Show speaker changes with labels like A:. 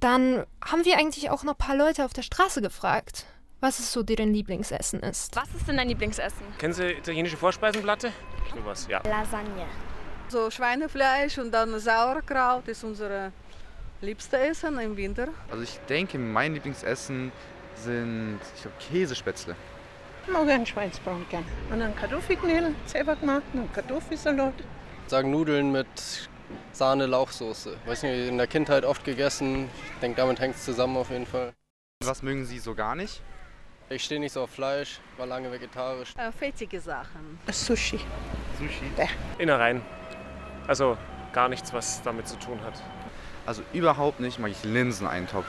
A: Dann haben wir eigentlich auch noch ein paar Leute auf der Straße gefragt, was es so deren Lieblingsessen ist.
B: Was ist denn dein Lieblingsessen?
C: Kennen Sie italienische Vorspeisenplatte? Sowas, ja.
D: Lasagne.
E: So Schweinefleisch und dann Sauerkraut ist unser liebstes Essen im Winter.
F: Also ich denke, mein Lieblingsessen sind, ich glaube, Käsespätzle.
G: Ich mag einen Schweinsbraten gern. Und einen Kartoffelknödel selber gemacht, einen Kartoffelsalat.
H: Ich sage Nudeln mit Sahne-Lauchsoße. Weiß nicht, in der Kindheit oft gegessen. Ich denke, damit hängt es zusammen auf jeden Fall.
F: Was mögen Sie so gar nicht?
H: Ich stehe nicht so auf Fleisch, war lange vegetarisch.
E: Äh, fettige Sachen.
G: Sushi.
F: Sushi?
C: Innereien. Also gar nichts, was damit zu tun hat.
F: Also überhaupt nicht mag ich Linseneintopf.